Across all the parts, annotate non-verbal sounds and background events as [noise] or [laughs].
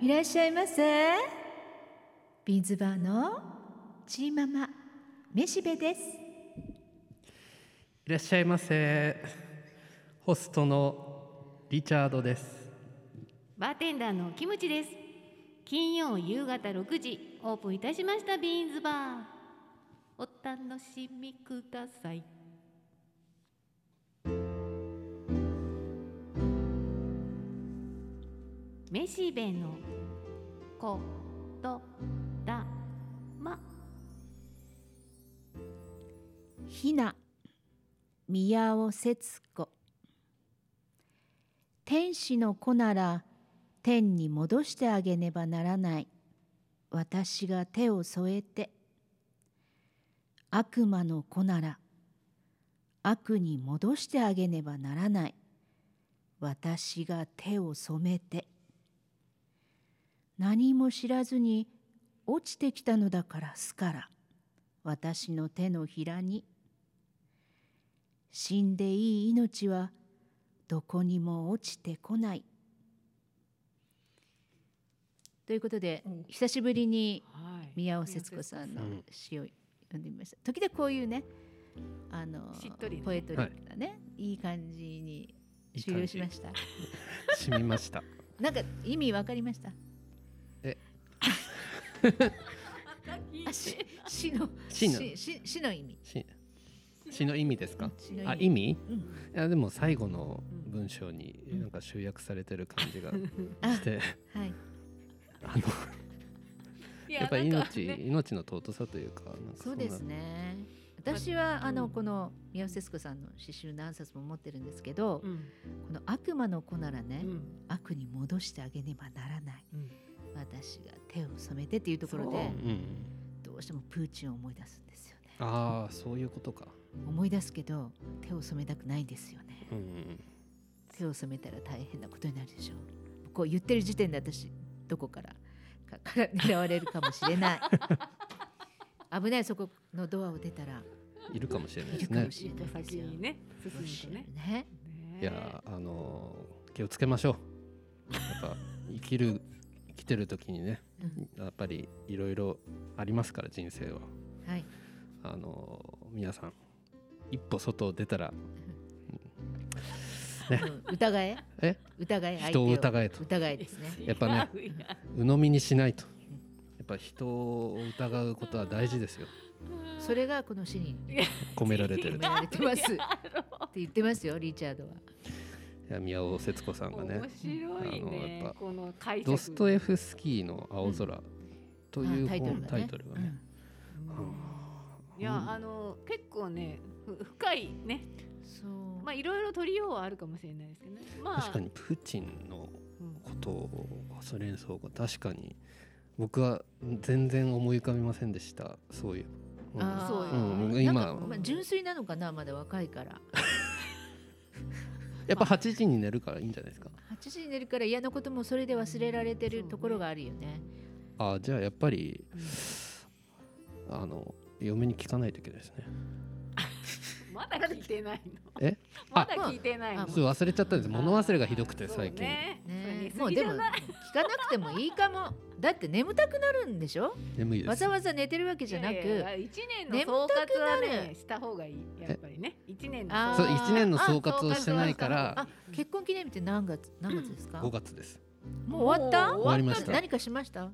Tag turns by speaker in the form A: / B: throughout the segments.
A: いらっしゃいませビーズバーのチーママめしべです
B: いらっしゃいませ。ホストのリチャードです。
C: バーテンダーのキムチです金曜夕方6時オープンいたしましたビーンズバーお楽しみくださいめしべのことだま
A: ひな宮尾節子天使の子なら天に戻してあげねばならない私が手を添えて悪魔の子なら悪に戻してあげねばならない私が手を染めて何も知らずに落ちてきたのだからすから私の手のひらに死んでいい命はどこにも落ちてこない。ということで
C: うん
A: 久しぶりに
C: はい
A: 宮尾節子さんの
B: うん
A: 詩を読んでみました。時々こういうねあの
C: しっとりね
A: ポエトリックなね、い、い感じに終了しました。
B: た。しみま [laughs] した。
A: なんか意味わかりました。
C: [laughs]
B: え
A: あし詩の
B: 詩の
A: 詩詩詩の意味。
B: し詩の意味ですか。
A: 詩の
B: あ、意味？
A: うん
B: いやでも最後の文章になんか集約されてる感じが
A: あ
B: [laughs] して、
A: はい。
B: あの
C: い
B: やっぱり
C: なんか
B: 命
C: ね
B: 命の尊さというか、なんか
A: そうです
B: んな。
A: ね。私は、あの
C: うん
A: この宮尾節子さんの詩集何冊も持ってるんですけど、
C: うん
A: この悪魔の子ならね、
C: うん
A: 悪に戻してあげねばならない
C: うん
A: 私が手を染めてっていうところで
B: うん。
A: どうしてもプーチンを思い出すんですよね
B: ああ、そういうことか。
A: 思い出すけど手を染めたくないんですよね
B: うん。
A: 手を染めたら大変なことになるでしょうこう言ってる時点で私どこからか [laughs] から狙われるかもしれ
B: [laughs]
A: ない危ないそこのドアを出たら
B: いるかもしれないです
A: いるか
B: ね
A: も。し
C: 一歩先にね進むとね
A: ね
C: ね
B: いやーあのー気をつけましょう。やっぱ生きる生きてる時にね、やっぱりいろいろありますから人生は。
A: はい
B: あのー皆さん一歩外を出たら
A: うん疑え
B: え
A: 疑え
B: 人を疑えと
A: 疑えですね
B: やっぱね
C: [laughs] いやいや
B: 鵜呑みにしないと。やっぱ人を疑うことは大事ですよ。
A: それがこの詩に
B: 込められてる
A: 埋
B: と
C: [laughs]
A: め。られてますって言ってますよリチャードは。
B: いや宮尾節子さんがね
C: 面、白いね、
B: あのやっぱ
C: この解釈
B: ドストエフスキーの青空という
A: あタイトル
B: 本
A: がね
B: タイトルがね。
C: いやあの結構ねふ深いね
A: そう。
C: まあいろいろ取りようはあるかもしれないですけどねまあ
B: 確かにプーチンの
C: うん
B: ことを忘れんそうか確かに僕は全然思い浮かびませんでしたそういう、うん
A: あー
C: そうよ
A: な
B: うん
A: んか
B: 今
A: まあ純粋なのかなまだ若いから。
B: やっぱ8時に寝るからいいんじゃないですか
A: 8時に寝るから嫌なこともそれで忘れられてるところがあるよね。
B: あーじゃあやっぱりあの嫁に聞かないといけないですね
C: まだ聞いてないの
B: [laughs] え
C: [laughs] まだ聞いてないの
A: あ
B: そう忘れちゃったんです物忘れがひどくて
C: そう
B: 最近、
C: ね
A: ね
C: も
A: も
C: う
A: う
C: で
A: で
C: も
A: も聞かなくてもいいかも。だって眠たくなるんでしょ。
B: 眠いで
A: わ
B: す
A: ざわざ寝てるわけじゃなく。
C: 一年の
A: 眠
C: 総
A: たく
C: 括は
A: なる
C: ねした方がいいやっぱりね一年の
A: あー
B: そう1年の総括を
C: あ
B: してないか
C: 総括は
B: ら
C: した
A: 結婚記念日って何月何月ですか。
B: 5月です
A: もう終わった？
C: もう
B: 終わりました
A: 何かしました？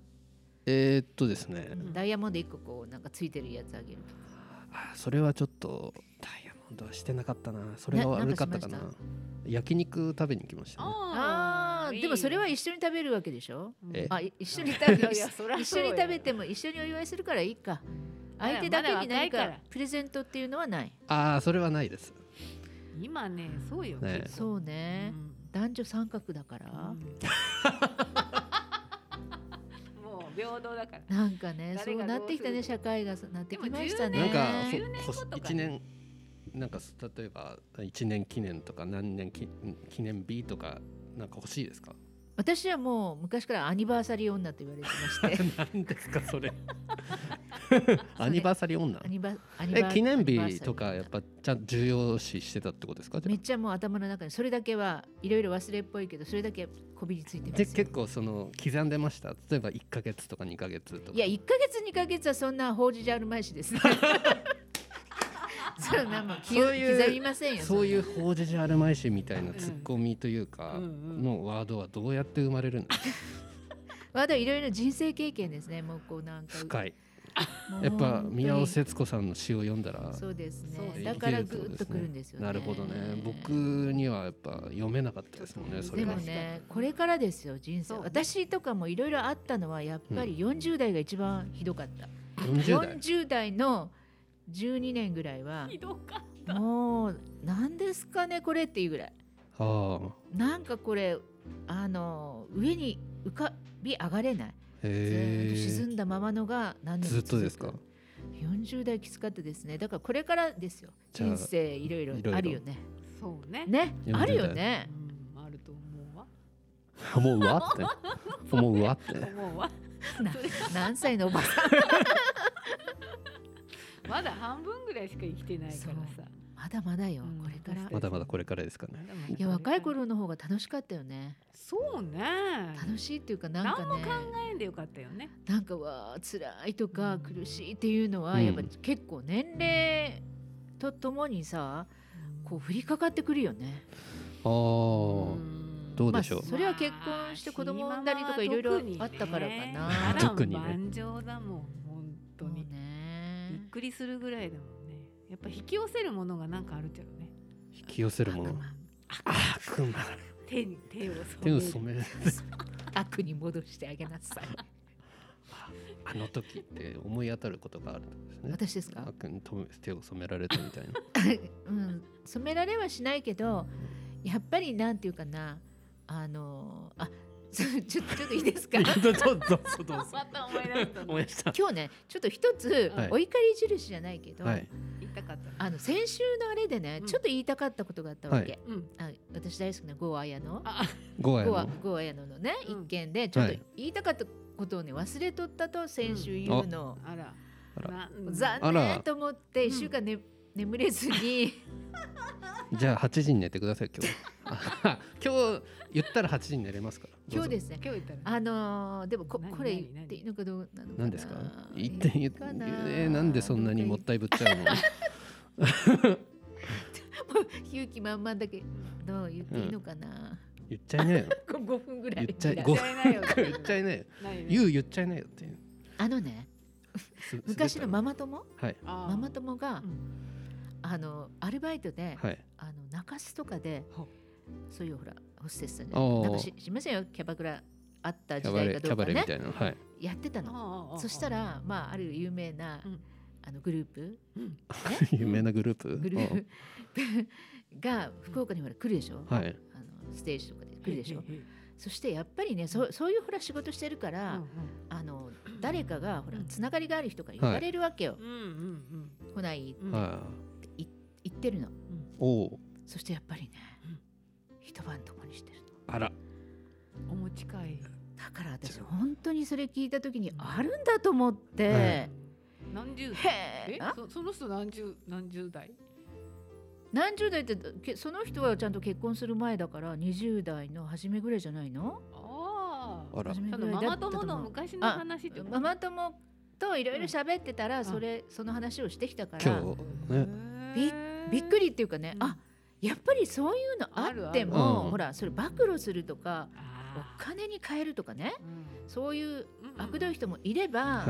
B: えー、っとですね
C: ん
A: ダイヤモンド一個こうなんかついてるやつあげる。
B: あーそれはちょっとダイヤモンドはしてなかったなそれが
A: ななん
B: 悪
A: か
B: か
A: しま
B: った
A: した
B: かな焼肉食べに行きましたね
A: ああ
C: ー
A: ーでもそれはい
C: い
A: 一緒に食べるわけでしょ。
C: うん
B: え
A: あい一緒に食べ
C: いやいやそり
A: [laughs]
C: ゃ
A: 一
C: そう
A: 緒
C: よ
A: に食べても一緒にお祝いするからいいか相手だけに何
C: まだ若い
A: か
C: から
A: プレゼントっていうのはない
B: ああそれはないです
C: 今ねそうよ
B: ね
C: 結構
A: そうね、
C: う
A: 男女三角だから、
D: [laughs]
C: んもう平等だから
A: なんかねそ
C: 誰
A: う
C: がどう
A: なってきたね
C: す
A: 社会がそうなってきましたね
B: なん
C: でも
B: か
C: 10年後
B: そ
C: とか
B: 1年なんかす例えば1年記念とか何年記記念日とかなんか欲しいですか [laughs]
A: 私はもう昔からアニバーサリー女と言われてまして
B: 何ですかそれ [laughs] アニバーサリー女
A: アニバアニ
B: え
A: バ
B: 記念
A: アニバーサリ
B: 日
A: ー
B: とかやっぱちゃんと重要視してたってことですかじゃ
A: め
B: あ
A: っちゃもう頭の中にそれだけはいろいろ忘れっぽいけどそれだけこびりついてます
B: で
A: よ
B: 結構その刻んでました例えば1か月とか2か月とか
A: いや1ヶ月2ヶ月はそんな法事じゃあるまいしですね [laughs] そんなもう気
B: そういう
A: 刻みませんよ
B: そういうう法事じゃあるまいしみたいなツッコミというか
D: うんうん
B: のワードはどうやって生まれるんですか
A: まだいろいろ人生経験ですねもうこうなんか
B: 深い
A: もう
B: やっぱ
A: 本当に
B: 宮尾節子さんの詩を読んだら
A: そうですね
D: そうですね
A: だからぐっとくるんですよね
B: なるほどね僕にはやっぱ読めなかったですもんねそれ
A: で
B: は
A: もねこれからですよ人生、
D: そうね
A: 私とかもいろいろあったのはやっぱり40代が一番ひどかった、
B: 40代
A: 40代の12年ぐらいは
D: ひどかった
A: もう何ですかねこれっていうぐらい
B: ああ
A: なんかこれあの上に浮かび上がれない、ずーっ
B: へ
A: と
B: え
A: 沈んだままのが何年も
B: ずっ
A: 続く
B: とですか
A: 40代きつかったですねだからこれからですよ
B: じゃあ
A: 人生いろいろ
B: いろいろ
A: あるよね
D: そうね
A: ね
B: 40代
A: あるよね
D: うんあると思うわ
B: 思うわ
A: [laughs]
B: って思うわって
D: 思う
B: [laughs]
D: わ
A: な
D: それ
A: 何歳のおばさん
D: まだ半分ぐらいしか生きてないからさ
A: まだまだよ、
D: うん
A: これから
B: まだまだこれからですかね
A: いや若い頃の方が楽しかったよね
D: そうね
A: 楽しいっていうかなんか
D: 何も
A: ね
D: 考えんでよかったよね
A: なんかわあ辛いとか
D: うん
A: 苦しいっていうのは、
B: うん
A: やっぱ結構年齢とともにさこう降りかかってくるよね
B: ああど
D: ん
B: うでしょう
A: それは結婚して子供産んだりとかいろいろあったからかな
D: まあ
B: 特
D: 特
B: に
D: に
B: ね
D: ね波乱万丈だもん本当
A: も
D: にび
A: う
D: っ
A: ね
D: くりするぐらいだもんねやっぱ引き寄せるものがなんかあるっちゃろうね
B: 引き寄せるもの悪魔
D: 手に手を
B: 手を
D: 染める
B: 染める
A: 悪に戻してあげなさい
B: あの時って思い当たることがあるんですね。
A: 私ですか
B: あ、くんと手を染められたみたいな。
A: [laughs] うん、染められはしないけどやっぱりなんていうかなあのあちょちょちょっといいですか
B: どうぞどうぞどうぞ
D: [laughs] また思い出したの
B: 思い出した。
A: 今日ねちょっと一つ、
B: はい
A: お怒り印じゃないけど、
B: はい。
D: 痛かった
A: あの先週のあれでね、
D: うん
A: ちょっと言いたかったことがあったわけ、
D: うん
A: あ私大好きな郷綾乃
D: あ
B: ゴア
A: 郷あ
B: の。
A: 郷綾乃のね、
D: うん
A: 一件でちょっ
B: は
A: と
B: い
A: 言いたかったことをね忘れとったと先週言うの、
D: あら
B: あら
D: なん
A: 残
B: あら
A: 念と思って一週間、ね眠れ
B: [laughs]
A: ずに
B: じゃあ8時に寝てください今日。 [laughs] あ今日言ったら8時に寝れますから。。
A: 今日ですすね
D: 今日言ったら
A: あのーでもこ
D: 何
A: これ言
D: 何
A: っていいのかどうなのかな
B: 何ですか。言って
A: い
B: 言
A: い
B: っ
A: かな
B: えーなんでそんなにもったいぶっちゃう
A: [laughs]
B: の。
A: 勇気満々だけど言っていいのかな、
B: 言っちゃいなよ。
A: こう五5分ぐら
B: 言
A: い
B: っちゃい
A: みたい
D: 言
A: な
B: ご
D: っちゃいなよ
B: 言っちゃいなよ。
D: ないね
B: 言う言っちゃいなよっていう。
A: あのね
B: す
A: 昔のマ。マ友
B: 滑ったはい
D: あー
A: ママ友が、
D: うん
A: あのアルバイトで、
B: はい。
A: あの中洲とかで
D: は
A: そういうほらホステスさんじゃ
B: おー
A: なんかししませんよキャバクラあった
B: キャ
A: 時
B: バ
A: 代
B: レ
A: か
B: キ
A: ど
B: ャ
A: う
B: バ
A: か
B: レみ
A: ね
B: たいな。はい。
A: やってた
D: あー
A: の
D: あーあー
A: そしたらまあある有名な、
D: うん
A: あのグループ
B: [laughs] 有名なグループ。
A: グループ [laughs] が福岡にほら来るでしょ、
B: うんはい。
A: あのステージとかで来るでしょ
D: へへへ
A: そしてやっぱりねそそういうほら仕事してるか
D: う
A: ら、
D: ん
A: あの誰かがほら
D: うん
A: つながりがある人から呼ばれるわけよ、
D: うんうん
A: 来ない
D: うんうん
B: は
A: 行ってるの
B: い。おお。
A: そしてやっぱりね、
D: うん
A: 一晩とこにしてるの
B: あら。
D: お持ち帰り
A: だから私
B: ちょ
A: 本当にそれ聞いた時にあるんだと思って、
B: え
D: 何十代
A: へ
D: え
A: えあ
D: そその人何十何十代
A: 何十代ってけその人はちゃんと結婚する前だから20代の初めぐらいじゃないの
D: ああ
B: あら
A: 初。め
D: そ
A: ぐ
D: の
A: らい
D: マ
A: だ
D: マ
A: ったと
D: 友の
A: 思う
D: 昔の話ってこと
A: ママ友といろいろ喋ってたら
D: ん
A: それ、その話をしてきたか
B: 今
A: ら
B: 日ね。
A: びびっく
D: り
A: りっていうかね、
D: うん
A: あやっぱりそういうのあっても
B: あるあるうん
A: ほらそれ暴露するとか
D: あ
A: お金に換えるとかね
D: ーうん
A: そういう
D: うんうん
A: 悪どい人もいれば、
B: は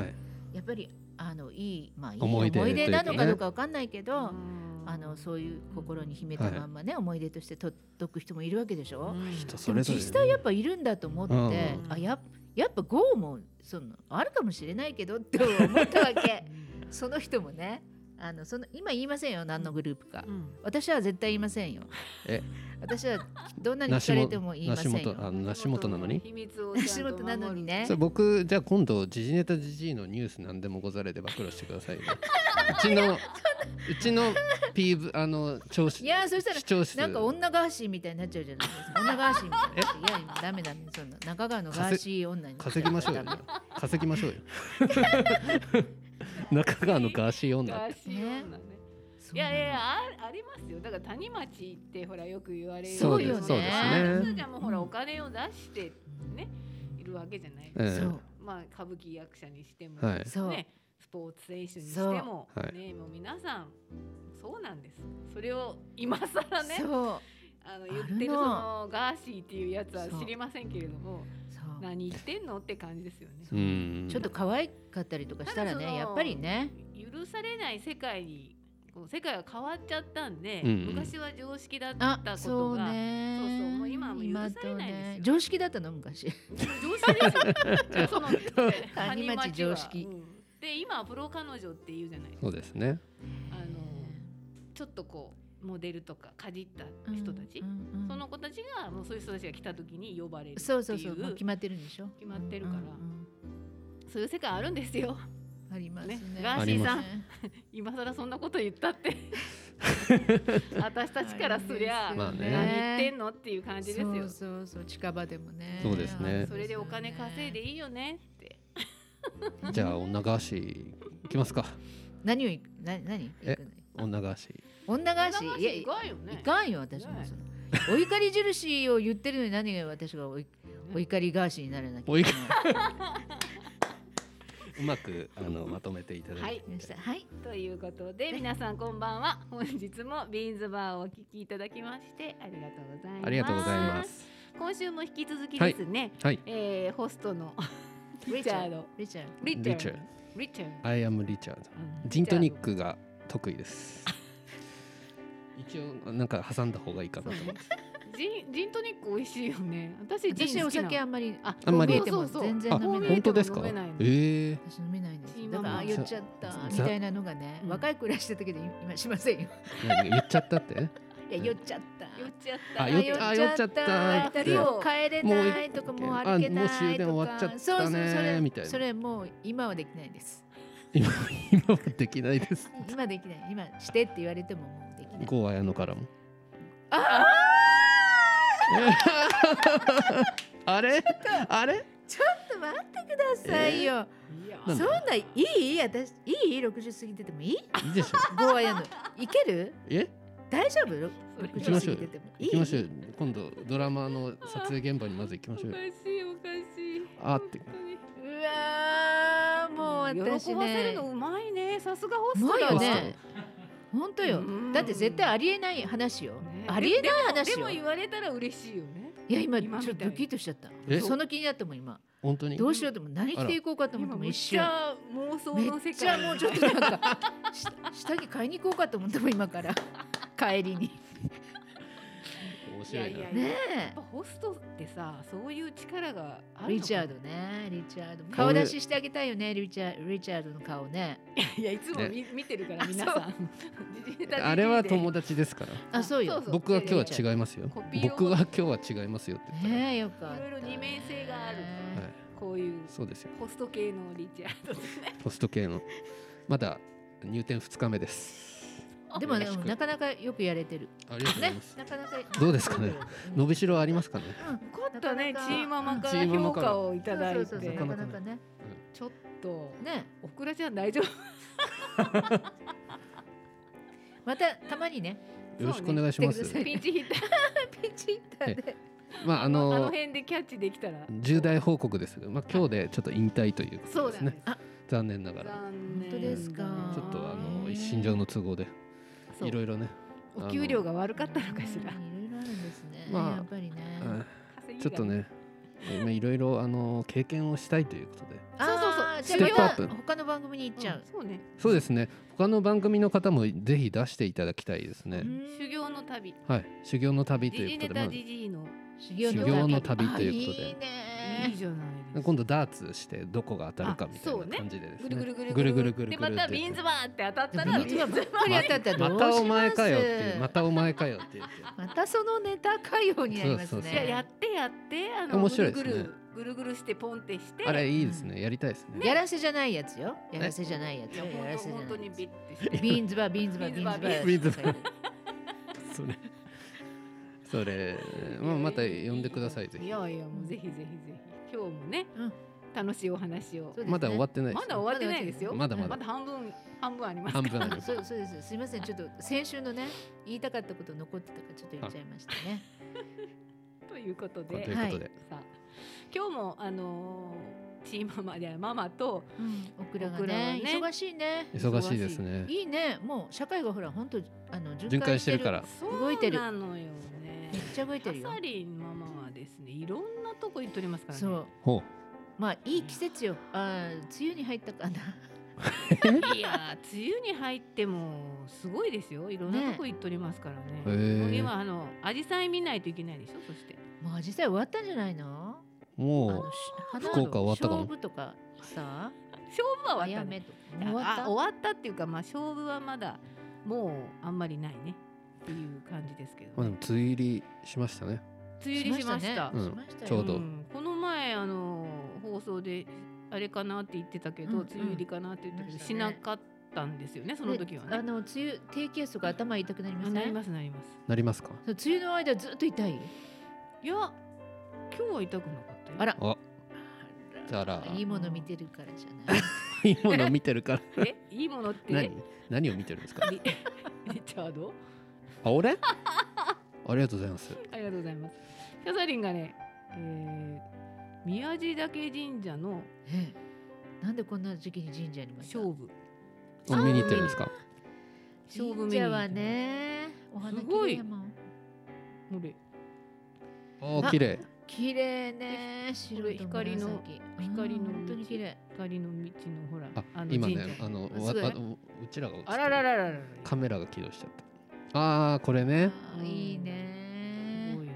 B: い。
A: やっぱりあのいい,、まあ、いい
B: 思
A: 思
B: い
A: い出
B: 出というか
A: な
B: ね
A: のかどうかわかんないけど、
D: うん
A: あのそういう心に秘めたまんまね、思い出として取っとく人もいるわけでしょ。
D: うん
B: 人
A: で
B: そ
A: も
B: れぞれね。
A: 実際やっぱいるんだと思って、
B: うん
A: あやっやっぱ GO もそのあるかもしれないけどって思ったわ
D: [laughs]
A: けその人もねあのその今言いませんよ何のグループか、
D: うん
A: 私は絶対言いませんよ
B: え
A: 私はどんなに聞かれても言いません
B: 梨本
A: よ
B: あの梨本なのに
D: 秘密をちゃんと守る
A: 梨本なのにね
B: それ僕じゃあ今度時事ネタ時事のニュース何でもござれで暴露してください
A: [laughs]
B: ようちのうちの PV あの聴
A: い
B: 取
A: やそしたら
B: 視聴数
A: なんか女ガーシーみたいになっちゃうじゃないですか。女ガーシーみたいな。いや、ダメダメ、そんな中川のガーシー女になっちゃう [laughs]
B: 稼ぎましょうよ
A: ダメ
B: 稼ぎましょうよ中川のガーシー女
C: ガーシー女ね
A: そ
C: いうや
A: ないの
C: やあありますよだから谷町ってほらよく言われる
A: そうよねそうですね
C: そうじゃもうほら
A: うん
C: お金を出してねいるわけじゃない、
B: ええ
A: そう
C: まあ歌舞伎役者にしても、
B: はい
A: そう
C: ねスポーツ選手にしても
B: そうはい
C: ねもう皆さんそうなんですそれを今更ね
A: そう
C: あの言ってる
A: ある
C: そ
A: の
C: のガーシーっていうやつは
A: そう
C: 知りませんけれども
A: そう
C: 何言ってんのって感じですよね
B: うん
A: ちょっと可愛かったりとかしたら
C: ただ
A: ね
C: その
A: やっぱりね
C: 許されない世界にこう世界が変わっちゃったんで、
B: うんうん
C: 昔は常識だっ
A: あ
C: たことが
A: そうね
C: そうそうもう今はもう許されないですよ
A: 今とね常識だったの昔
C: 常識ですよその
A: 谷
C: は
A: 町常識
C: うんで今はプロ彼女っていうじゃないですか
B: そうですね
C: あのちょっとこうモデルとかかじった人たち、
A: うんうんうん
C: その子たちがもうそういう人たちが来た時に呼ばれるっていう
A: そうそうそうもう決まってるんでしょ
C: 決まってるか
A: う
C: ら
A: んうん
C: そういう世界あるんですよ
A: うんありますね
C: ねガ
B: ーシー
C: さん
A: ありますね
C: 今更そんなこと言ったって
B: [laughs]
C: 私たちからすりゃ
A: あり
B: まあ
A: [laughs] ますよ
B: ね
A: ね
C: 何言ってんのっていう感じですよ
A: そうそうそう近場でもね
B: そうですね
C: それでお金稼いでいいよねって
A: [laughs]
B: じゃあ女ガーシー行きますか
A: 何をい何何行
B: え
A: くの
B: 女ガーシ
A: 女がしいや
C: い
A: い
C: かんよね
A: かんよ私もそのお怒り印を言ってるのに何が私がおいお怒りガーシーにならなきゃいけない
B: ーうまくあのまとめていただいて、
C: はい
A: わかりました [laughs] はい
C: ということで皆さんこんばんは本日もビーンズバーをお聞きいただきましてありがとうございます
B: ありがとうございます
C: 今週も引き続きですね、
B: はい
C: えーホストのリチャード
A: リチャード
C: リチ
B: リ
C: ャ
B: チャ
C: ー
B: ー
C: ドリチャード
B: ド I am リチャード
C: うん
B: ジントニックが得意です一応なんか挟んだ方がいい
A: [laughs]
B: かなと思って
C: ジンジントニック美味しいよね私ジ
A: 私
C: ン好
A: お
C: きなの
A: 酒あんまり
C: あ
B: あんま
A: こ
B: り
A: う見えても全然
B: あ
A: 飲めない
B: 本当ですか
C: 飲めないの
B: ええ
A: 私飲めないんですよだから
C: 今
A: あ
C: も
A: 言っちゃったみ
B: ざ
A: たいなのがね
C: うん
A: 若い暮らしてたけど今しませんよ
B: 何言っちゃったって [laughs]
A: いや言っちゃった
C: 酔っちゃっ
B: あ
C: た
B: 酔っちゃったあ酔っちゃった
A: 二人を帰れないとか
B: もう
A: もう歩けないとか
B: あもう終電終わっちゃったね
A: そうそうそれ
B: みたいな
A: それもう今はできないです
B: 今今はできないです
A: 今できない今してって言われてももうできない
B: 郷綾乃からも [laughs] ああれあれ
A: ちょっと待ってくださいよ、
C: いや
B: なん
A: そ
B: だ
A: んないい私いい60過ぎててもいい
B: いいでしょ
A: ゴーヤのいける
B: え
A: 大丈夫
C: 行
B: きましょ
A: 60
B: う
A: 過ぎててもいい
B: 行きましょう今度ドラマの撮影現場にまず行きましょ
C: お
B: う
C: か
B: よ
C: しいおかしい
B: あーって
C: 本当に
A: うわーもう私
C: 喜ばせる
A: ね
C: のうまいねさすがホストだ
A: う
C: わ
A: まいよね本当よ
C: うん
A: だって絶対ありえない話よ、
C: ね
A: ありえない話
C: で
A: よ
C: も言われたら嬉しいよね
A: いや今
C: 今み
A: ちょ
C: たい
A: っとドキッとしちゃった
B: え
A: その気になったもん今
B: 本当に
A: どうしようとも何着ていこうかと思って
C: 今
A: も
C: めっ
A: 一
C: ち
A: 瞬
C: ゃ妄想
A: め
C: の世界
A: っちゃもうちょっとなんかし下着買いに行こうかと思っても今から帰りに
B: 面
C: い
B: 白
C: や
B: い
C: い
B: な
C: やいや
A: ね
C: や
A: え
C: っぱホストってさそういう力があるのか
A: リチャードねリチャード顔出ししてあげたいよねリチャリチャードの顔ね
C: [laughs] いやいつも見見てるから
A: あ
C: 皆さんジジイタジジ
A: [laughs]
C: イで
B: あれは友達ですから
A: あそう
C: そう
A: よ
C: そう
B: 僕は今日は違いますよ
C: コピーを
B: 僕は今日は違いますよって言ったら、
A: ねえよかった
C: いろいろ二面性がある
B: はい
C: こういう
B: そうですよ
C: ホスト系のリチャード
B: ホスト系のまだ入店2日目です
A: でも
B: よ
A: ね
B: ろしく
A: なかなかよくやれてる
B: ありがとうござい
A: ね
B: ます、
A: なかなか
B: どうですかね伸びしろありますかね
C: よかったね
A: なかなか
C: チーママか
B: チ
C: ら
B: ーママ
C: 評
B: から
C: 価をいただいて
A: そうそうそう
B: な
A: な
B: か
A: か
B: なか
A: なかね
C: ちょっと
A: ね
C: オクラちゃん大丈夫
A: またたまにね
B: よろしくお願いします、
A: そうね
C: ピンチヒッター
A: ピンチヒッターで
B: まああ
C: あの
B: の
C: 辺でキャッチできたら
B: 重大報告ですが、まあ、今日でちょっと引退ということ
C: そう
B: で
C: だ
B: すね
C: ね
B: 残念ながら
C: 残念
A: 本当ですか
B: ちょっとあの
A: へえ
B: 一身上の都合で
C: そう
B: いろいろね、
C: お給料が悪かったのかしら
A: うんいろいろあるんですね、
B: まあ
A: やっぱりね、
B: うん
C: 稼ぎが
B: ちょっとね今いろいろあの経験をしたいということで
C: そうそうそう
A: あー
C: ス
B: テップアップ
A: じゃあ他の番組に行っちゃう、
C: そうね
B: そうですね他の番組の方もぜひ出していただきたいですね、
A: うん
C: 修行の旅
B: はい修行の旅と
C: ジ
B: い
C: ジ
B: うこと
C: ネ
B: で、ま
C: タ
B: あ
C: ジジイの
A: 修行
B: 修
A: の
B: 行の旅ということで
A: あいい
C: いい
A: ね
C: じゃないですか
B: 今度ダーツしてどこが当たるかみたい
C: あそ
B: な
C: うね
B: 感じでです
C: ぐ
B: ね
C: るぐるぐる
B: ぐるぐるぐるぐる
C: でまたビーンズバーって当たったら
A: ビーンズバー
C: ビーンズバ
A: これやったったらどう
B: ま
A: します
B: たお前かよっていう
C: [laughs]
B: またお前かよって言って
A: またそのネタかようになりますね
B: そうそう
C: い
B: そ
C: や
B: う
C: やってやってあの
B: 面白いです
C: ぐ
B: ね
C: るぐるぐるぐるしてポンってして
B: あれいいですねやりたいですね
A: やらせじゃないやつよやらせじゃないやつ
C: いや
A: よやらせじゃ
C: 本当
A: ない
C: に
A: や
C: ビッてして
A: つビーンズバービーンズバービーンズバー
B: ビーンズバーそれそれまあまた呼んでくださいぜひ
C: いやいやもうぜひぜひぜひ今日もね
A: うん
C: 楽しいお話を
A: そうですね
B: まだ終わってないで
C: ますだ終わってないですよ
B: まだまだ
C: まだ半分半分あります
B: 半分あります
A: そうそうですすみませんちょっと先週のね言いたかったこと残ってたからちょっと言っちゃいましたね
C: ということ
B: という
C: で
A: は
B: ことで、
C: さあ今日もあのーチーママでママと
A: うんオクラが
C: オクラが
A: ね
C: ね
A: 忙しいね
B: 忙しいですね
A: いいねもう社会がほら本当あの
B: 巡回してるから
A: 動いてる
C: そうなのよね
A: めっちゃ動いてるよ
C: ハサリンママはですねいろんなとこ行っておりますからね
A: そう
B: ほ
A: まあいい季節よあー梅雨に入ったかな [laughs]
C: いやー梅雨に入ってもすごいですよいろんなとこ行っておりますからね
B: うへえ
C: 今あの紫陽花見ないといけないでしょそして
A: もうアジサイ終わったんじゃないのあ
B: も
A: の
B: う
A: し
B: 福岡終わったかも
A: 勝負とかさ
C: 勝負は終わ
A: 早
C: ったね
A: めとか終
C: あ
A: わった
C: あ終わったっていうかまあ勝負はまだもうあんまりないねっていう感じですけど、
B: まあで
C: ね
B: も梅雨入りしましたね
C: 梅雨入りしまし
A: ね
C: た
B: うん
A: しましたよ
B: ちょうど
C: んこの前あの放送であれかなって言ってたけど、
A: うんうん
C: 梅雨入りかなって言ったけど、
A: し
C: し
A: ました
C: な
A: ね
C: かったんですよねその時は
A: であ
C: ね。
A: の梅雨低気圧とか頭痛くなりま
C: あ
A: す
C: な
A: ね
C: りますなります。
B: なりますか
A: そう梅雨の間ずっと痛い
C: いや今日は痛くなかったよ。
A: あら
B: ああら
A: いいもの見てるからじゃない
B: いいもの見てるから
C: [laughs] えいいものって
B: 何何を見てるんですか
C: リ [laughs] リチャード
B: あ俺ありがとうございます
C: ありがとうございます。キャサリンがね、えー、宮地岳神社の
A: ええなんでこんな時期に神社にまた
C: 勝負
B: あ見に行ってるんですか
C: 勝負
A: 神
C: メニュ
A: 社
C: ー
A: はねお花
C: す
A: 綺
C: ごい
A: 麗やもん
C: これ
B: お
A: あ
B: 綺麗
A: 綺麗ね白い
C: 光の光の
A: 本当に綺麗
C: 光の道のほら
B: あ
C: あの
B: 今
C: 神社
B: ねあの
A: あ
B: わ
A: すごい
B: あのうちらが映ってる
C: あらららららら
B: カメラが起動しちゃったああーこれね
A: あーいい
C: す
A: ね
C: ごいね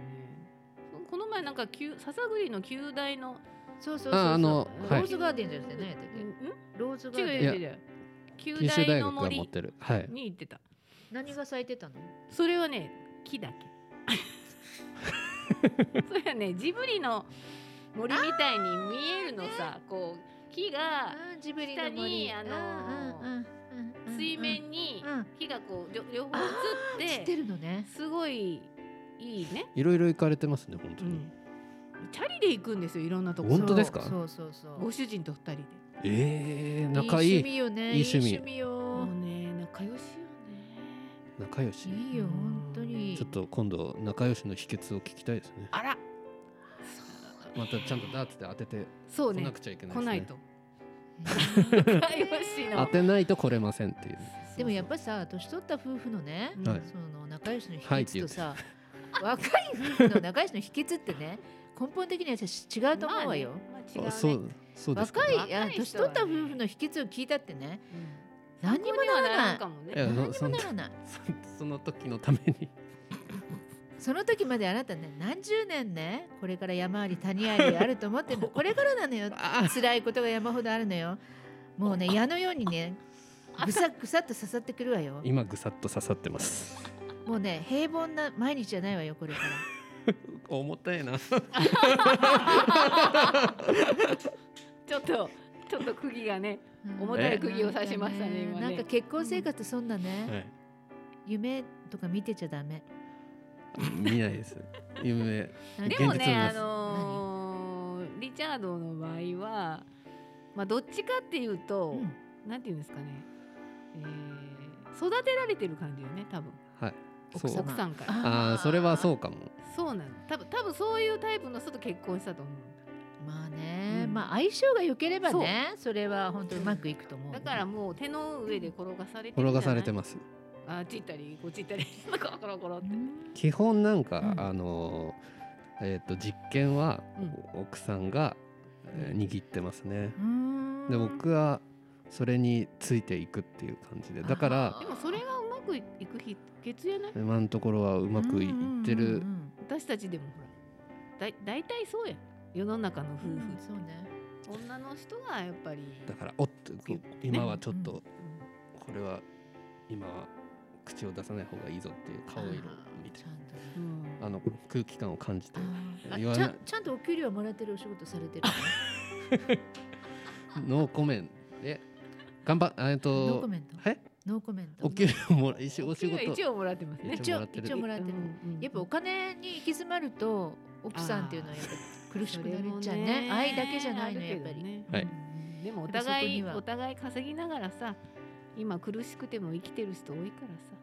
C: そこの前なんか旧笹栗の旧大の
A: そうそうそうそう
B: あーあの
A: ロ
B: は
A: ー
B: い
A: ズガーデンじゃなくてねローズガ
C: 違う
A: ーデン
C: 違う違う旧
B: 九州
C: 大
B: 大
C: の
B: 学が持っ
C: 森
B: てるはい
C: に行ってた
A: 何が咲いてたの
C: それはね
B: [laughs]
C: 木だけそれはねジブリの森みたいに見えるのさこう木が
A: あージブリの森
C: 下にあのー
A: うんうんうんうん
C: 水面に
A: うんうん
C: 木がこうりょ両方
A: あ
C: 映
A: 散
C: っ
A: っててるのね
C: すごいいいね、
B: いろいろ行かれてますね本当
C: う
B: に、
C: ん、チャリで行くんですよいろんなとこ
B: 本当ですか
A: そうそうそう
C: ご主人と二人で
B: ええー、仲い
A: いい趣味
B: い
A: よね
B: いい趣味
A: いい趣味
C: も
A: よ
C: うね仲良しよね
B: 仲良し
A: いいよ本当に
B: ちょっと今度仲良しの秘訣を聞きたいですね
C: あら
B: またちゃんとダーツで当てて
C: そう
B: 来
C: ね
B: なくちゃいけない
C: 来
B: ですね
C: ないと
A: えー
C: 仲良しの
B: 当てないと来れませんっていう
A: でもやっぱさ年取った夫婦のね、
B: はい
A: その仲良しの秘
B: はいって
A: 訣
B: 言う
A: とさ、若い夫婦の仲良しの秘訣ってね根本的には違うと思うわよ、
C: まあねま
B: あ
C: あ違うね
B: そうそうですか
A: 若い
C: 若い人は
A: あ
C: ね
A: 年取った夫婦の秘訣を聞いたってね
C: うん
A: 何にもならない
C: 参考にはならんかもね
B: いや
A: 何に
B: そそ
A: も
B: んな
A: ならない
B: そそ [laughs] の時のために
A: その時まであなたね何十年ねこれから山あり谷ありあると思
C: [laughs]
A: ってんのこれからなのよ
B: あ
A: 辛いことが山ほどあるのよも
C: [laughs]
A: うね矢のようにねぐさぐさっと刺さってくるわよ
B: 今ぐさっと刺さってます
A: もうね平凡な毎日じゃないわよこれ
C: [laughs]
A: から。
B: 重たいな
C: ちょっとちょっと釘がね
A: うん
C: 重たい釘を刺しましたね今ね
A: なんか結婚生活そんなね、
B: はい
A: 夢とか見てちゃダメ。
B: 見ないです夢
A: なんか
C: でも
B: 現実
C: ね
B: にな
C: あ
B: る
C: のーリチャードの場合はまあどっちかっていうと、
A: うん
C: なんていうんですかね、えー、育てられてる感じよね多分
B: はい
A: 奥
B: そう
A: 様。
C: 奥さんから
B: ああそれはそううかも
C: そうなの多分多分そういうタイプの人と結婚したと思う
A: まあね、
C: うん
A: まあ相性が良ければね、それは本当うまくいくと思う。
C: だからもう手の上で転がさ
B: 転
C: れてるんじゃない
B: がされてます
C: あっち行ったりこっち行ったりコロコロコロって、
A: うん
B: 基本なんか、
A: うん
B: あのーえっ、と実験は奥さんが、えー握ってますね、
A: うん
B: で僕はそれについていくっていう感じでだから
A: あ
C: でもそれがうまくいく秘訣じゃない
B: 今のところはうまくいってる、
A: うんうん
C: 私たちでもほらだい大体そうやん世の中の夫婦、
A: うんうんそうね。
C: 女の人がやっぱり
B: だからおっとこう今はちょっと、
A: うん
B: これは今は口を出さない方がいいぞっていう顔色を見て
A: ちゃんとね。
C: うん
B: あの空気感を感じて
A: あ
B: 言わ
A: ち
B: な
A: ゃんちゃんとお給料もらってるお仕事されてる。
B: ノーコメントで頑張っえ
A: ノ
B: っ
A: ーコ
B: と
A: メント。
B: え
A: ノーコメント。
B: お給料もら一応お
C: お
B: 仕
C: 給料
B: 事
C: 一応もらってますね
A: 一
B: 一
A: 応
B: 応もらってる
A: 一応もらってる。
C: うんうん
A: やっぱお金に行き詰まると奥さんっていうのはやっぱ苦しくなるんじゃ
C: それも
A: ね
C: ね
A: 愛だけじゃないの
C: あ
A: や
C: る
A: っ
C: け
A: ぱ
C: ど
A: り、
C: ね
B: はい
A: うん
C: でもお
A: やっぱそこ
C: 互
A: に
C: い
A: は
C: お互い稼ぎながらさ今苦しくても生きてる人多いからさ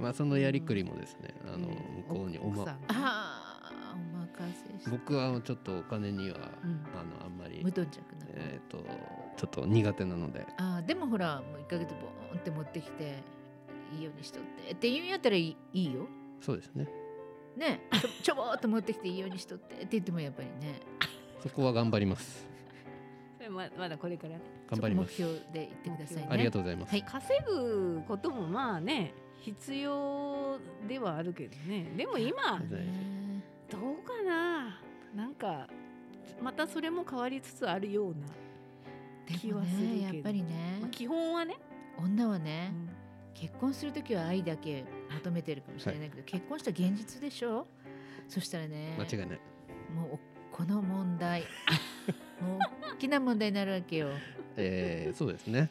B: まあそのやりくりもですね、あの
C: ん
B: 向こうにおま
C: 奥さんがね
A: ああお任せして
B: 僕はちょっとお金には、
C: うん
B: あのあんまり
A: 無頓着な、
B: えっ、とちょっと苦手なので、
A: あーでもほらもう1ヶ月ボーンって持ってきていいようにしとってって言うんやったらいいいいよ
B: そうですね。
A: ねちょちょぼーっと持ってきていいようにしとってって言ってもやっぱりね
B: そこは頑張ります。
C: それままだこれから
B: 頑張ります。
A: そこ目標で言ってくださいね
B: ありがと
A: う
B: うございます。
A: はい
C: 稼ぐこともまあね必要ではあるけどねでも今
B: ございます
A: ね
C: どうかななんかまたそれも変わりつつあるような、
A: でも
C: 気はするけ
A: ね
C: ど
A: やっぱりね
C: まあ、基本はね、
A: 女は
C: う
A: ね、
C: ん
A: 結婚する時は愛だけ求めてるかもしれないけど、結婚したら現実でしょそしたらね
B: 間違いない。
A: もうおこの問
B: [laughs]
A: 題もう大きな問題になるわけよ
B: えー、そうですね。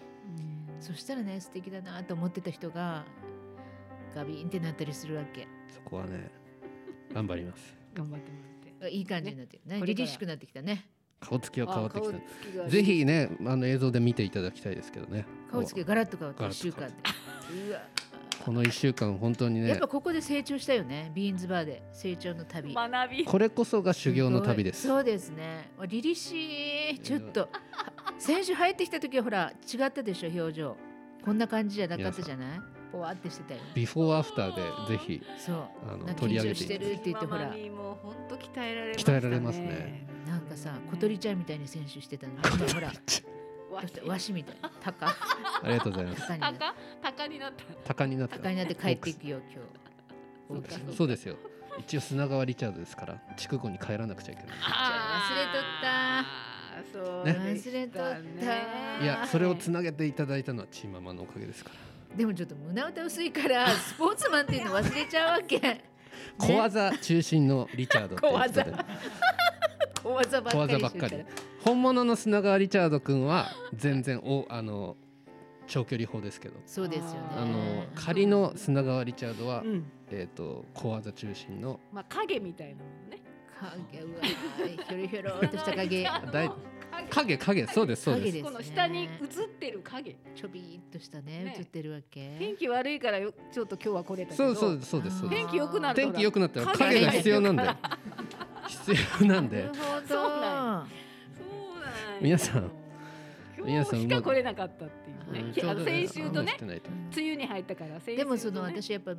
A: そしたらね素敵だなと思ってた人がガビンってなったりするわけ
B: そこはね、頑張ります。
C: 頑張ってもらって
A: いい感じになってるね
C: これ
A: 凛
C: から
A: 々しくなってきたね
B: 顔つきは変わってき
C: あ顔つき
B: た。
C: が
B: ぜひね、あの映像で見ていただきたいですけどね。
A: 顔つき
B: こ
A: ガラッと変わって
B: ガラ
A: 1
B: ッと
A: 週
B: 変
A: 間
B: わっ
A: でう
C: [laughs]
A: わ
B: うこの一週間本当に
A: やっ
B: ね
A: ぱ、ここで成長したよねビーンズバーで成長の旅
C: 学び
B: これこそが修行の旅です
A: すごいそうですねわ凛々しいちょっと先週入ってきた時はほら違ったでしょ表情こんな感じじゃなかったじゃないぽわってしてたよね
B: ビフォーアフターでぜひ
A: そう
B: あの
A: なんか
B: 取り上げ
A: 緊張してて
B: いただ
A: る
B: き
A: って言ってほら
C: ママミーも本当鍛えられま
B: 鍛えられますね
A: なんかさ小鳥ちゃんみたいに選手してたのにほら
C: わ
A: そしてわしみたいなタカ
B: ありがとうございます。
A: タカになって
C: 高高にな
B: 鷹になっ
C: った
B: て
A: タカになって帰っていくよ今
B: そ
A: 日
B: うで
A: じゃ
B: す
A: あ忘れとっ
B: そうですよ。一応砂川リチャードですから、筑後に帰らなくちゃいけな
A: た
B: い。
C: あーそう
B: ね
C: でした
A: 忘
C: ね
A: れとった
B: いや、それをつなげていただいたのはチーママのおかげですから。
A: でもちょっと胸歌薄いからスポーツマンっていうの忘れちゃうわけ
B: 小技中心のリチャードっていうことで
A: 小技ばっ
B: 小
A: かり
B: 技
A: して
B: ば
A: るか
B: っからり本物の砂川リチャード君は全然おあの長距離法ですけど
A: そうですよね
B: あの仮の砂川リチャードは、
C: うん
B: えー、と小技中心の
C: まあ影みたいなものね
A: 影うわひょろひょろっとした
C: [laughs]
A: 影
B: だい影影そうですそうで
A: 影
B: す
A: です
C: この下に映ってる影
A: ちょびっとしたね
C: ね
A: 映ってるわけ
C: 天気悪いからよちょっと今日はこれだけ
B: そ
C: ど
B: うそうそうですそうです
C: 天気良くなったら
B: 天気良くなったら
C: 影
B: 影が必要なんで
C: が
B: 必要なんで
A: なるほ
C: そう
A: ど
C: なそうなんよ
B: 皆さん
C: 今日しか来れなかったっていう
B: う
C: ね
B: ん
C: きあの先週
B: あ
C: とね
B: んましてないと
C: 梅雨に入ったから先週とね
A: でもその私やっぱ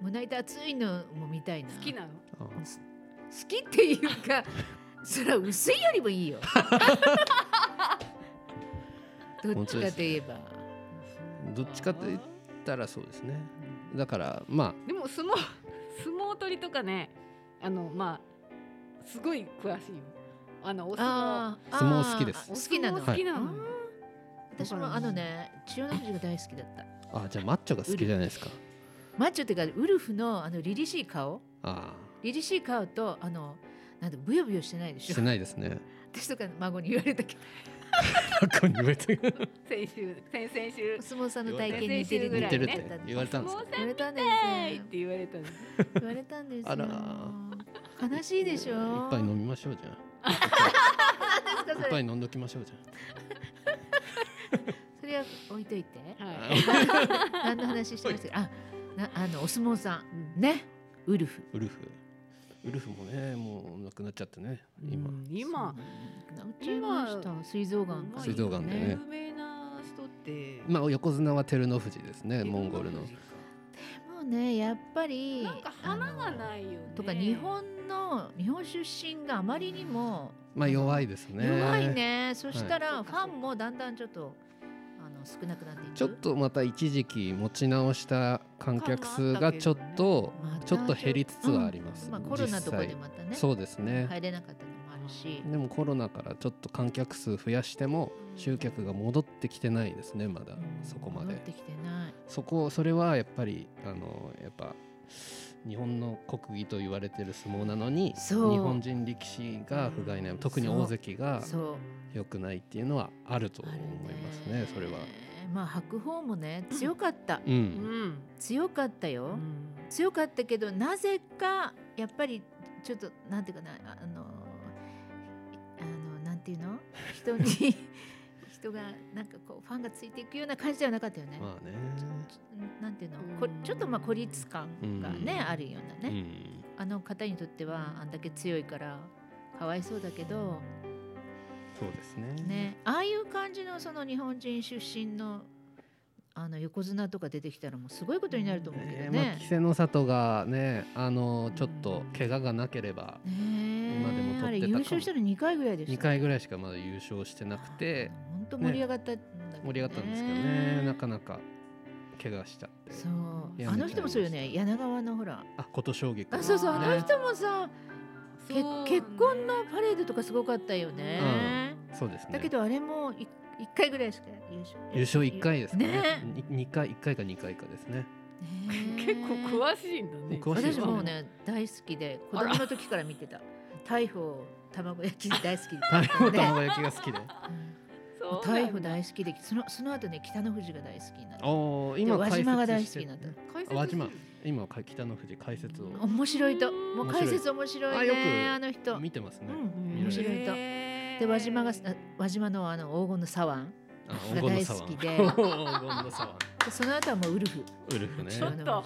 A: 胸板熱いのも見たいな
C: 好きなの
B: あ
A: す好きっていうか [laughs] それは薄いよりも
C: [laughs]
A: いいよどっちかといえば、
B: どっちかと言ったらそうですねだからま
C: でも相撲相撲取りとかねあのまあすごい詳しいよあのお相撲
A: あー
B: 相撲好きです
A: あー好きなの、
C: お相撲好きなの
A: はい私もあのね千代の富士が大好きだった
B: ああじゃあマッチョが好きじゃないですか
A: マッチョっていうかウルフのあの凛々しい顔
B: あ
A: 凛々しい顔とあのなんだブヨブヨしてないで
B: あ
A: し
B: し
A: ょ
B: てないですね
A: 私とか孫に言われ
B: [laughs]
A: たけど
B: 過去に言われて
C: 先週先々週
A: お相撲さんの体型似てる
C: 言われ
A: ね
C: た似て
B: るって言われたんですか
A: 言われたんです
C: えいっ
A: よ
C: て言われたの
A: 言われたんですよ
B: あら
A: 悲しいでしょ
B: 一杯飲みましょうじゃ
A: なんです
B: ん
A: か
B: 一
A: そ
B: 杯
A: れ
B: 飲んどきましょうじゃ
A: それは置いと
B: [laughs]
A: いて
C: はい
A: 何
B: ん
A: の話してましたっけあな [laughs] あのお相撲さ
C: うん
A: んねウルフ
B: ウルフウルフもねもうなくなっちゃってね今
C: うん今
A: なっちゃいました膵臓がんか
B: 膵臓がんでね
C: 有名な人って
B: まあ横綱は照ノ富士ですねモンゴルの
A: もうねやっぱり
C: なんか花が
A: い
C: ないよね
A: とか日本の日本出身があまりにも
B: まあ弱いですね
A: 弱いねそした
C: は
A: ら
C: い
A: ファンもだんだんちょっとあの少なくなっていく
B: ちょっとまた一時期持ち直した観客数がちょっと
A: また
B: ちょっと減りつつはあります
A: まあコロナとかで
B: 実
A: またね
B: そうですね
A: 入れなかったのもあるし
B: でもコロナからちょっと観客数増やしても集客が戻ってきてないですねまだそこま
A: 戻っ
B: で
A: てきてない
B: そこそれはやっぱりあのやっぱ日本の国技と言われてる相撲なのに日
A: そう
B: 本人力士が不甲斐ない特に大関が
A: そう
B: 良くないっていうのはあると思いますねそれは。
A: まあ白鵬もね強かった
B: う、
C: うんん
A: 強かった
C: う
A: よ
C: ん
A: 強かったけどなぜかやっぱりちょっとなんていうかなあのていうの人
B: [laughs]
A: に人がなんかこうファンがついていくような感じではなかったよね。
B: まあね。
A: なんていうのこ
C: うん
A: ちょっとまあ孤立感がね、
B: うん
A: あるようなね、あの方にとってはあんだけ強いからかわいそうだけど、
B: うん、そうですね。
A: ね、ああいう感じのその日本人出身のあの横綱とか出てきたらもうすごいことになると思うけ
B: ね
A: ど
B: まあ、
A: ね。
B: 稀勢の里がね、あのちょっと怪我がなければ。
A: ねえ
B: 今でも
A: あ
B: 取
A: れ
B: ってた
A: 優
B: かも
A: 勝したの2回ぐらいでした、
B: 2回ぐらいしかまだ優勝してなくて
A: 本当盛り上がったんだけどね
B: 盛り上がったんですけどねなかなか怪我しちゃって
A: そう
B: やめちゃいました
A: あの人もそうよね柳川のほら
B: あ琴将棋か
A: あそうそうあ
B: ね
A: の人もさ、け
C: そう
A: 結婚のパレードとかすごかったよね、
B: そうですね
A: だけどあれもい一回ぐらいしか優勝
B: 優勝1回ですかね
A: ね
B: に二回1回か2回かですね
A: ねえ
C: 結構詳しいんだね
B: 詳しい
A: 私
B: よ
A: もうね大好きで子供の時から見てた大砲卵焼き大好きで
B: 太鼓卵焼きが好きで
C: そうなんだ
A: 大砲大好きでそのその後ね北の富士が大好きになった
B: おお
A: で
B: 今
A: 輪
B: 解説
A: 島が大好
B: し
A: き
B: て
A: になった
C: 解
B: あ輪
C: 説
B: 島今か北の富士解説を
A: 面白いともう解説面白いね
B: 面白い
A: あ
B: あ
A: の人、
B: 見てますね、
A: うん、
B: 見
A: 面
B: られ
A: 白いと。で輪島があ輪島のあの黄金の左腕
B: あ
A: が
B: 黄金の
A: 大
B: サ
A: 好
B: ワ
A: き
B: ン
A: で
B: 黄金の [laughs] サワ
A: でその後はもうウルフ。
B: ンウルフね
C: ちょっと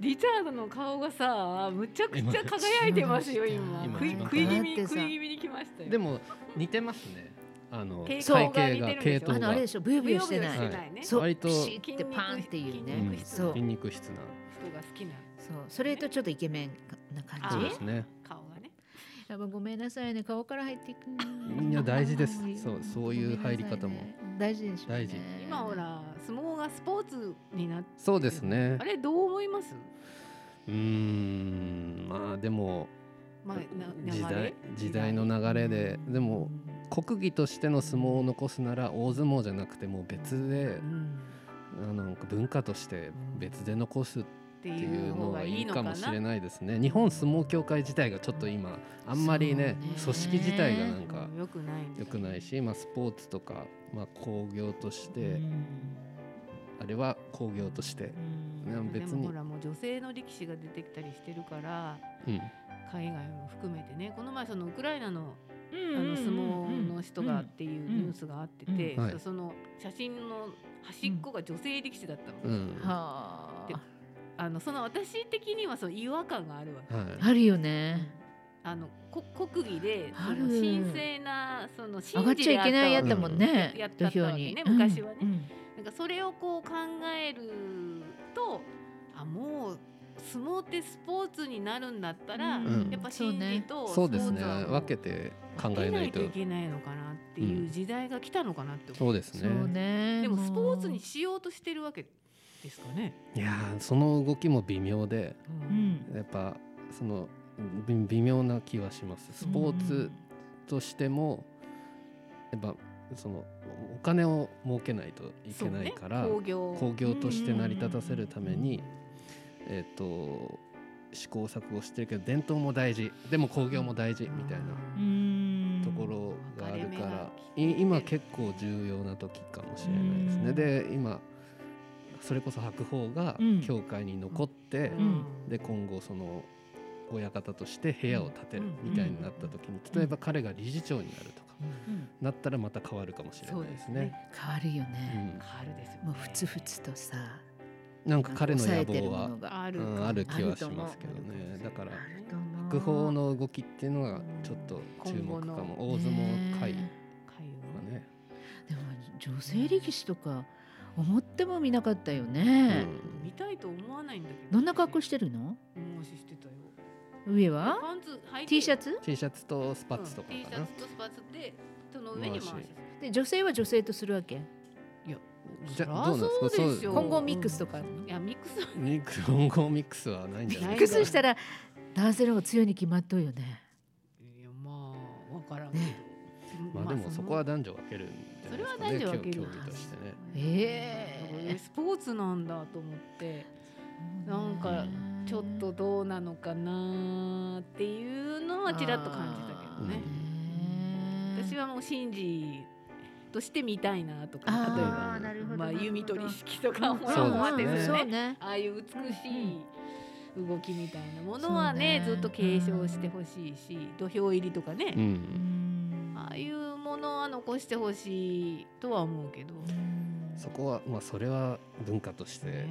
C: リチャードの顔がさむちゃくちゃ輝いてますよ今
B: 今
C: 食い
B: 今
C: 食い気
A: だって
C: 味
A: さ
C: 食い気味に来ましたよ
B: でも似てますねあの
C: 傾
B: 体
C: 向
B: 型
C: が
B: が
C: 似てるんでしょ
B: 系
A: あ
B: 統
A: のあ
B: が
A: れでしょブヨブ
C: ブヨ
A: ヨしてない。
C: ブヨしてないね
A: そう
B: 割と
A: ピシッてパンっていう
C: 筋
A: ね
C: 肉。質
A: そう
B: 筋肉質な
C: 人が好きな
A: そうそれとちょっとイケメンな
C: あ
B: そう
A: 感
B: ですね
C: 顔が
A: じ。
C: ね
A: やっぱごめんなさいね顔から入っていく。
B: いや大事です
A: ん
B: そうそういう入り方
A: ご
B: も
A: めんなさいね大事でしょうね。
B: 大事
C: 今ほら相撲がスポーツになって
B: そうですね
C: [laughs] あれどう思います
B: うーんまあでも
C: まあな
B: 時代時代の
C: 流
B: 流れででも国技としての相撲を残すなら大相撲じゃなくてもう別で
C: れうん
B: あのなんか文化として別で残すっ
C: って
B: て
C: い
B: いうう
C: 方
B: の
C: が
B: はいい
C: い
B: い
C: の
B: か
C: かな
B: もしれないですね日本相撲協会自体がちょっと今あんまりね
A: そうね
B: 組織自体がなんか
C: うん良くないんだ
B: 良くないし、まあ、スポーツとか、まあ、工業としてあれは工業として、
C: う
B: ね
C: ん
B: 別
C: でも
B: に
C: ほらもう女性の力士が出てきたりしてるから
B: うん、
C: 海外も含めてねこの前そのウクライナのあ
A: あ
C: の相撲の人がっていうニュースがあって
B: う
C: て、
B: んうんはい
C: その写真の端っこが女性力士だったの、
B: うん
A: は
C: で
A: あ。
C: あのその私的にはその違和感があるわけ
B: はい、
A: あるよね。
C: あのこ国技で
A: あ
C: そ
A: る
C: の神聖なその
A: 上がっ
C: 神事
A: ち
C: で
A: ゃ
C: あ
A: いけ
C: っ
A: ないや
C: た
A: つだも
C: わけ
A: んね
C: やっ。た
A: 土
C: わけ
A: 俵
C: ね
A: に。
C: 昔はね
A: うんうん
C: なんかそれをこう考えるとあもう相撲ってスポーツになるんだったら、
A: うん
C: やっぱ
A: そう
C: 神事
A: ね
C: とスポ
B: そうで
C: ー
B: すね
C: ツはもう
B: 分けて考えないと
C: いけないのかなっていう時代が来たのかなって思う
B: そうですね
A: そうね。
C: でもスポーツにしようとしてるわけですかね。
B: いやーその動きも微妙で
A: う、ん。
B: やっぱそのび微妙な気はしますスポーツとしてもやっぱそのお金を儲けないといけないから、
C: そうね、工業
B: 工業として成り立たせるために、えっ、と試行錯誤してるけど伝統も大事でも工業も大事みたいな
A: うんうん
B: ところがあるか
C: 分かれ目
B: ら
C: が、き
B: い今結構重要な時かもしれないです
A: う
B: ね。
A: ん
B: で今それこそ白鵬が
A: うん
B: 教会に残って、
C: うん
B: で今後その親方として部屋を建てるみたいになった時に、
A: ん
B: 例えば彼が理事長になるとか、
A: うん
B: なったらまた変わるかもしれないですね。
A: 変わるよ
B: う
A: ね。
B: ん
C: 変わるですよ、ね。
A: もうふつふつとさ。
B: なんか彼の
A: 抑
B: 野
A: えてる
B: 望
A: も
B: は
A: のが
C: あ
B: う
C: る,、
B: ん、ある気はしますけど
C: あると
B: ね
C: 思う
B: だから
A: あると思う
B: 白鵬の動きっていうのがちょっと注目か
C: 今
B: も大相撲界が
A: ね
C: 会話
B: ね、
A: でも女性力士とか思っても見なかったよね。
C: 見たいと思わないんだけど。
A: どんな格好してるの？
C: もうししてたよ。
A: 上は
C: パンツ履いて
A: T シャ
C: ツ
A: ツ
B: うん、？T シャツとスパッツとか
C: うん T シ
B: か
C: ャ
B: な
C: ツ、とスパッツでその上に回し
B: 回し
A: で女性は女性とするわけ。
B: じゃ
C: そら
B: どうなんですか
C: そうでしょ
B: そう
A: 混合ミックスとかあるの。
C: いやミックスは
B: ミックス混合ミックスはないんじゃ
A: ミ
B: な
C: な
A: ッ
C: いいか
A: ク
B: ですか
A: スしたら男性の方が強いに決まっとうよね。
C: いやまあわからんけど
A: ね。
B: まあでもそこは男女分けるんじゃ
C: そ
B: ない
C: れ
B: です
C: は
B: かね
C: 男女分け
B: 競
C: るわ
B: 競技としてね。
A: ええ
C: スポーツなんだと思ってなんかちょっとどうなのかなっていうのはちらっと感じたけどね。
A: あー
C: 私はもう神事として見たいなとか
A: あ
C: 例え
A: ー
C: ば
A: なるほど
C: まあ
A: なるほど
C: 弓取り式とか
A: うん
C: も
B: そうですね
C: もあって
B: ん
C: です
A: そう
C: ね
A: ね。
C: ああいう美しい動きみたいなものは
A: そうね
C: ねずっと継承してほしいし土俵入りとかね、
B: うん。
C: ああいうも物は残してほしいとは思うけど、
B: そこはまあそれは文化として、
C: ね文
B: う
C: 化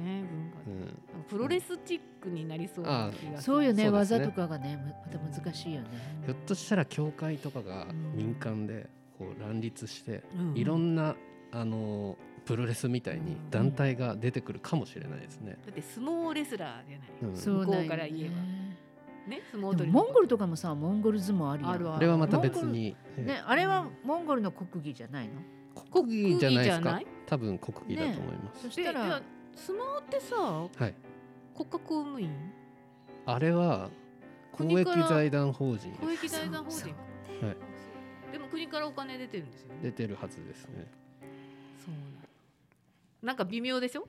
C: で
B: ん、
C: なんかプロレスチックになりそうな気がする
A: そうよね
B: そうです
A: 技
B: ね
A: とかがねむまた難しいよね。
B: ひょっとしたら教会とかが民間でこう乱立して、
C: うん
B: いろんなあのプロレスみたいに団体が出てくるかもしれないですね。
C: だって相撲レスラーじゃない、
B: うん
A: そうなんよ
C: 向こうから言えばね相撲
A: で
C: 取
A: も
C: り
A: モンゴルとかもさモンゴル相撲あるよ
C: あるあ
B: あ
C: る
B: れはまた別に、
A: ね、あれはモンゴルの国技じゃないの
B: 国技じゃないです
C: 国技じゃな
B: か
C: い
B: 多分国技だと思います、
A: そし
C: でい
A: たら
C: や相撲ってさ
B: はい
C: 国家公務員
B: あれは公
C: 国
B: 益
C: から
B: 財団法人
C: 公益財団法
A: そう
C: 人
B: はい
C: でも国からお金出てるんですよね
B: 出てるはずですね。
C: そうなのなんか微妙でしょ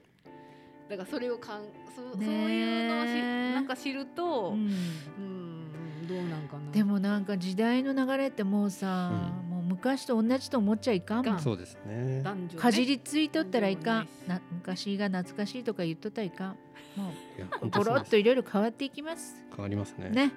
C: だからそれをかんそそう
A: ねえ
C: いうのをしなんか知ると
A: うん
C: うんどうなんかな
A: でもなんか時代の流れってもうさ、
B: う
A: もう昔と同じと思っちゃいかんも
C: いか
A: ん
C: ん
B: そうですね。
C: 男女ね
A: かじりついとったらいか
C: なん
A: ん
C: でもな
A: な昔が懐かしいとか言っとったらいかんも
C: [laughs]
B: いや本
A: う
B: 当
A: ポ
B: そ
A: ロ
B: う
A: ッ
B: です
A: といろいろ変わっていきます
B: 変わりますね。
A: ね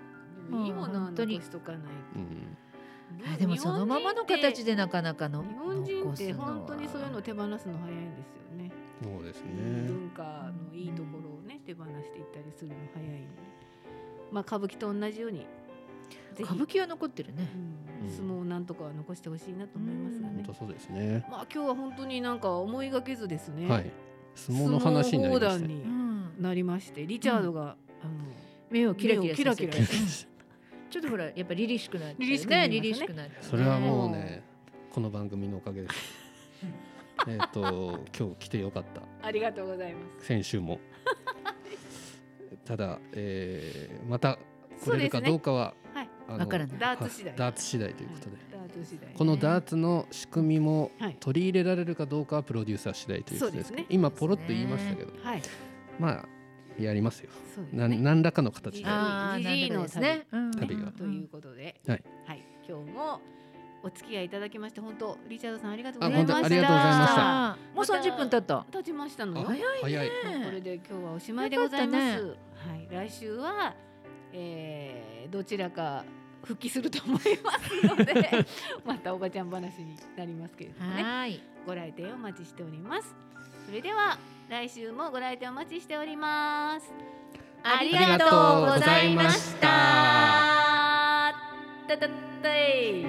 C: でもいいものは
A: 本当に
C: 残しとかない
B: うん、
C: と
A: あでもそのままの形
C: 日
A: でなかなかの
C: 本人って
A: 残す
C: 日本人って
A: のは
C: 本当にそういうの手放すの早いんですよね
B: そうですね。
C: 文化のいいところをね手放していったりするの早いのでまあ歌舞伎と同じようにぜひ
A: 歌舞伎は残ってるね
C: うん相撲をなんとかは残してほしいなと思いますが
A: うん
B: 本
C: ね
B: 当そうですね。
C: まあ今日は本当になんか思いがけずですね、
B: はい。相撲の話になりま
C: 相
B: した
C: 撲砲弾
B: ね。
C: に
A: うん
C: なりましてリチャードが、あの
A: 目をキラキラ
C: 目を
A: させて
C: キラキ
B: [laughs]
A: ちょっとほらやっぱり凛々しくなっ
C: 凛々しく
A: て
C: な
A: ね
C: り
A: 凛々
C: まし
A: し
C: たね
A: くなってね
B: それはもうね、この番組のおか
C: [laughs]
B: げです。えっと今日来てよかった。
C: ありがとうございます
B: 先週も。ただ、えー、また来
C: そう
B: れ
C: で
B: る
C: す
B: か
C: ね
B: どうかは、
C: はい
B: あの
A: わからない
C: ダーツ次第
B: はダーツ次第ということで。
C: はい、ダーツ次第
B: このダーツの仕組みも
C: はい
B: 取り入れられるかどうかはプロデューサー次第ということですけど
C: そうですね
B: 今ポロッと言いましたけど、
C: はい
B: まあやりますよ
C: そうです
B: な
C: ね
B: 何らかの形では
A: あー
C: じじいの
A: なんとかですね
B: 旅が
A: うん
C: ということで、
B: はい
C: 今日もお付き合いいただきまして本当リチャードさんありがとうご
B: あ
C: ざいま
B: 本
C: した
B: 当ありがとうございました
A: あーもう30分経った
C: 立ちましたのよ
B: あ早い
C: これ
A: ね
C: で今日はおしまいでございます。
A: よか
C: はい、来週は、えー、どちらか復帰すると思いますの [laughs] で、またおばちゃん話になりますけれども
A: は
C: ね、
A: ーい
C: ご来店お待ちしております。それでは来週もご来店お待ちしております。ありがとうございました。たたたい。